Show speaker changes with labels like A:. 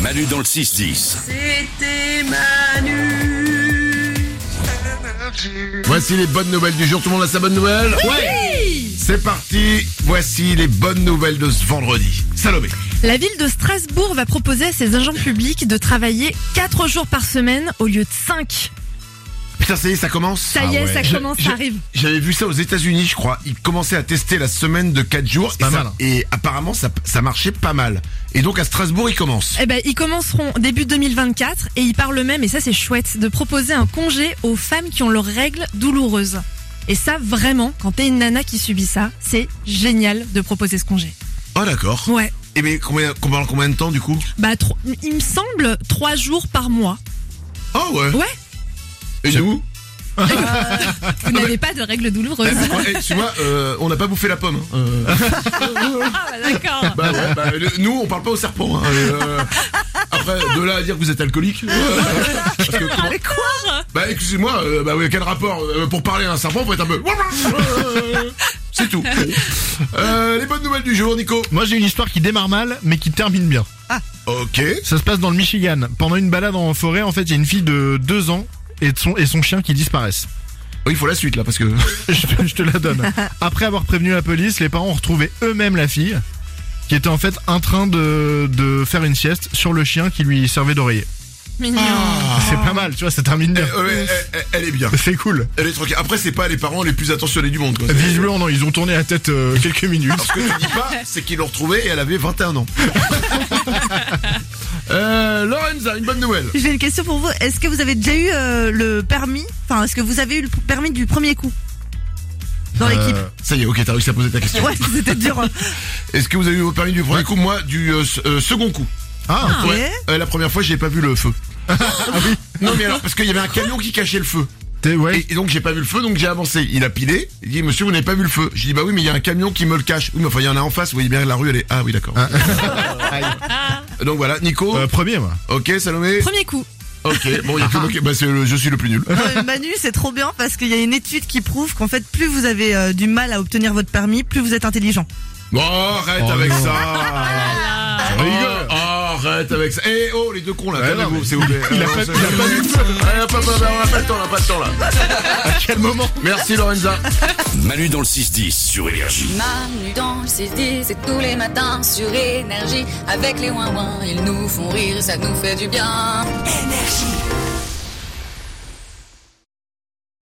A: Manu dans le 6-10.
B: C'était Manu.
C: Voici les bonnes nouvelles du jour. Tout le monde a sa bonne nouvelle C'est parti. Voici les bonnes nouvelles de ce vendredi. Salomé.
D: La ville de Strasbourg va proposer à ses agents publics de travailler 4 jours par semaine au lieu de 5.
C: Putain, ça y est, ça commence.
D: Ça y est, ça commence,
C: Ah Je-
D: ça arrive.
C: J'avais vu ça aux États-Unis, je crois. Ils commençaient à tester la semaine de 4 jours.
E: C'est
C: Et,
E: pas
C: ça-
E: mal, hein.
C: et apparemment, ça, ça marchait pas mal. Et donc, à Strasbourg, ils commencent.
D: Eh ben, ils commenceront début 2024 et ils parlent même, et ça c'est chouette, de proposer un congé aux femmes qui ont leurs règles douloureuses. Et ça, vraiment, quand t'es une nana qui subit ça, c'est génial de proposer ce congé.
C: Oh, d'accord.
D: Ouais.
C: Et mais ben, combien, combien, combien de temps, du coup
D: Bah, tro- il me semble trois jours par mois.
C: Oh, ouais.
D: Ouais.
C: Et nous
D: Vous
C: Ah
D: n'avez
C: bah.
D: pas de règles douloureuses.
C: Eh, Tu vois, euh, on n'a pas bouffé la pomme. hein. Euh,
D: Ah, bah, d'accord.
C: bah, ouais, bah, le- nous, on parle pas au serpent. hein. Et, euh, après, de là à dire que vous êtes alcoolique. euh, parce que comment-
D: Avec quoi
C: Bah excusez-moi, euh, bah oui, quel rapport euh, Pour parler à un serpent, faut être un peu. Euh, C'est tout. Euh, les bonnes nouvelles du jour, Nico.
E: Moi j'ai une histoire qui démarre mal mais qui termine bien.
C: Ok.
E: Ça se passe dans le Michigan. Pendant une balade en forêt, en fait, il y a une fille de 2 ans et de son, et son chien qui disparaissent.
C: Oui, Oh, il faut la suite là parce que.
E: Je te, je te la donne. Après avoir prévenu la police, les parents ont retrouvé eux-mêmes la fille qui était en fait en train de, de faire une sieste sur le chien qui lui servait d'oreiller.
D: Mignon.
C: Ah.
E: C'est pas mal, tu vois, ça termine bien.
C: Euh, ouais, elle, elle est bien.
E: C'est cool.
C: Elle est tranquille. Après, c'est pas les parents les plus attentionnés du monde. Quoi.
E: Visiblement, non, ils ont tourné la tête euh, quelques minutes.
C: Alors, ce que tu dis pas, c'est qu'ils l'ont retrouvée et elle avait 21 ans. euh, Lorenza, une bonne nouvelle.
B: J'ai une question pour vous. Est-ce que vous avez déjà eu euh, le permis Enfin, est-ce que vous avez eu le permis du premier coup dans l'équipe
E: Euh,
C: Ça y est, ok, t'as réussi à poser ta question.
B: Ouais, c'était dur. hein.
C: Est-ce que vous avez eu vos permis du premier coup Moi, du euh, s- euh, second coup.
E: Ah,
B: Ok.
C: Euh, la première fois, j'ai pas vu le feu. Non mais alors parce qu'il y avait un camion qui cachait le feu.
E: t'es- ouais.
C: Et, et donc j'ai pas vu le feu, donc j'ai avancé. Il a pilé. Il dit Monsieur, vous n'avez pas vu le feu. J'ai dit Bah oui, mais il y a un camion qui me le cache. Oui, mais enfin il y en a en face. Vous voyez bien la rue, elle est. Ah oui, d'accord. donc voilà, Nico.
E: Euh, premier, moi.
C: Ok, Salomé.
D: Premier coup.
C: Ok. Bon, il y
E: Ah.
C: a que moi qui- Bah c'est le. Je suis le plus nul.
B: Non, mais Euh, Manu, c'est trop bien parce qu'il y a une étude qui prouve qu'en fait, plus vous avez euh, du mal à obtenir votre permis, plus vous êtes intelligent.
C: Bon, arrête
E: Oh,
C: avec
E: non.
C: ça. Oh, oh, arrête avec ça. Eh oh, les deux cons là.
E: Ouais, non,
C: Calmez-vous,
E: mais-
C: s'il vous plaît.
E: Il a
C: Ah,
E: pas-
C: non,
E: il a
C: c'est-
E: pas vu le
C: Ah, pas- pas- pas- On a pas le temps, on a pas le temps là.
E: À quel moment
C: Merci Lorenza.
A: Manu dans le 6-10 sur Énergie.
F: Manu dans le 6-10, c'est tous les matins sur Énergie. Avec les ouin-ouin, ils nous font rire et ça nous fait du bien. Énergie.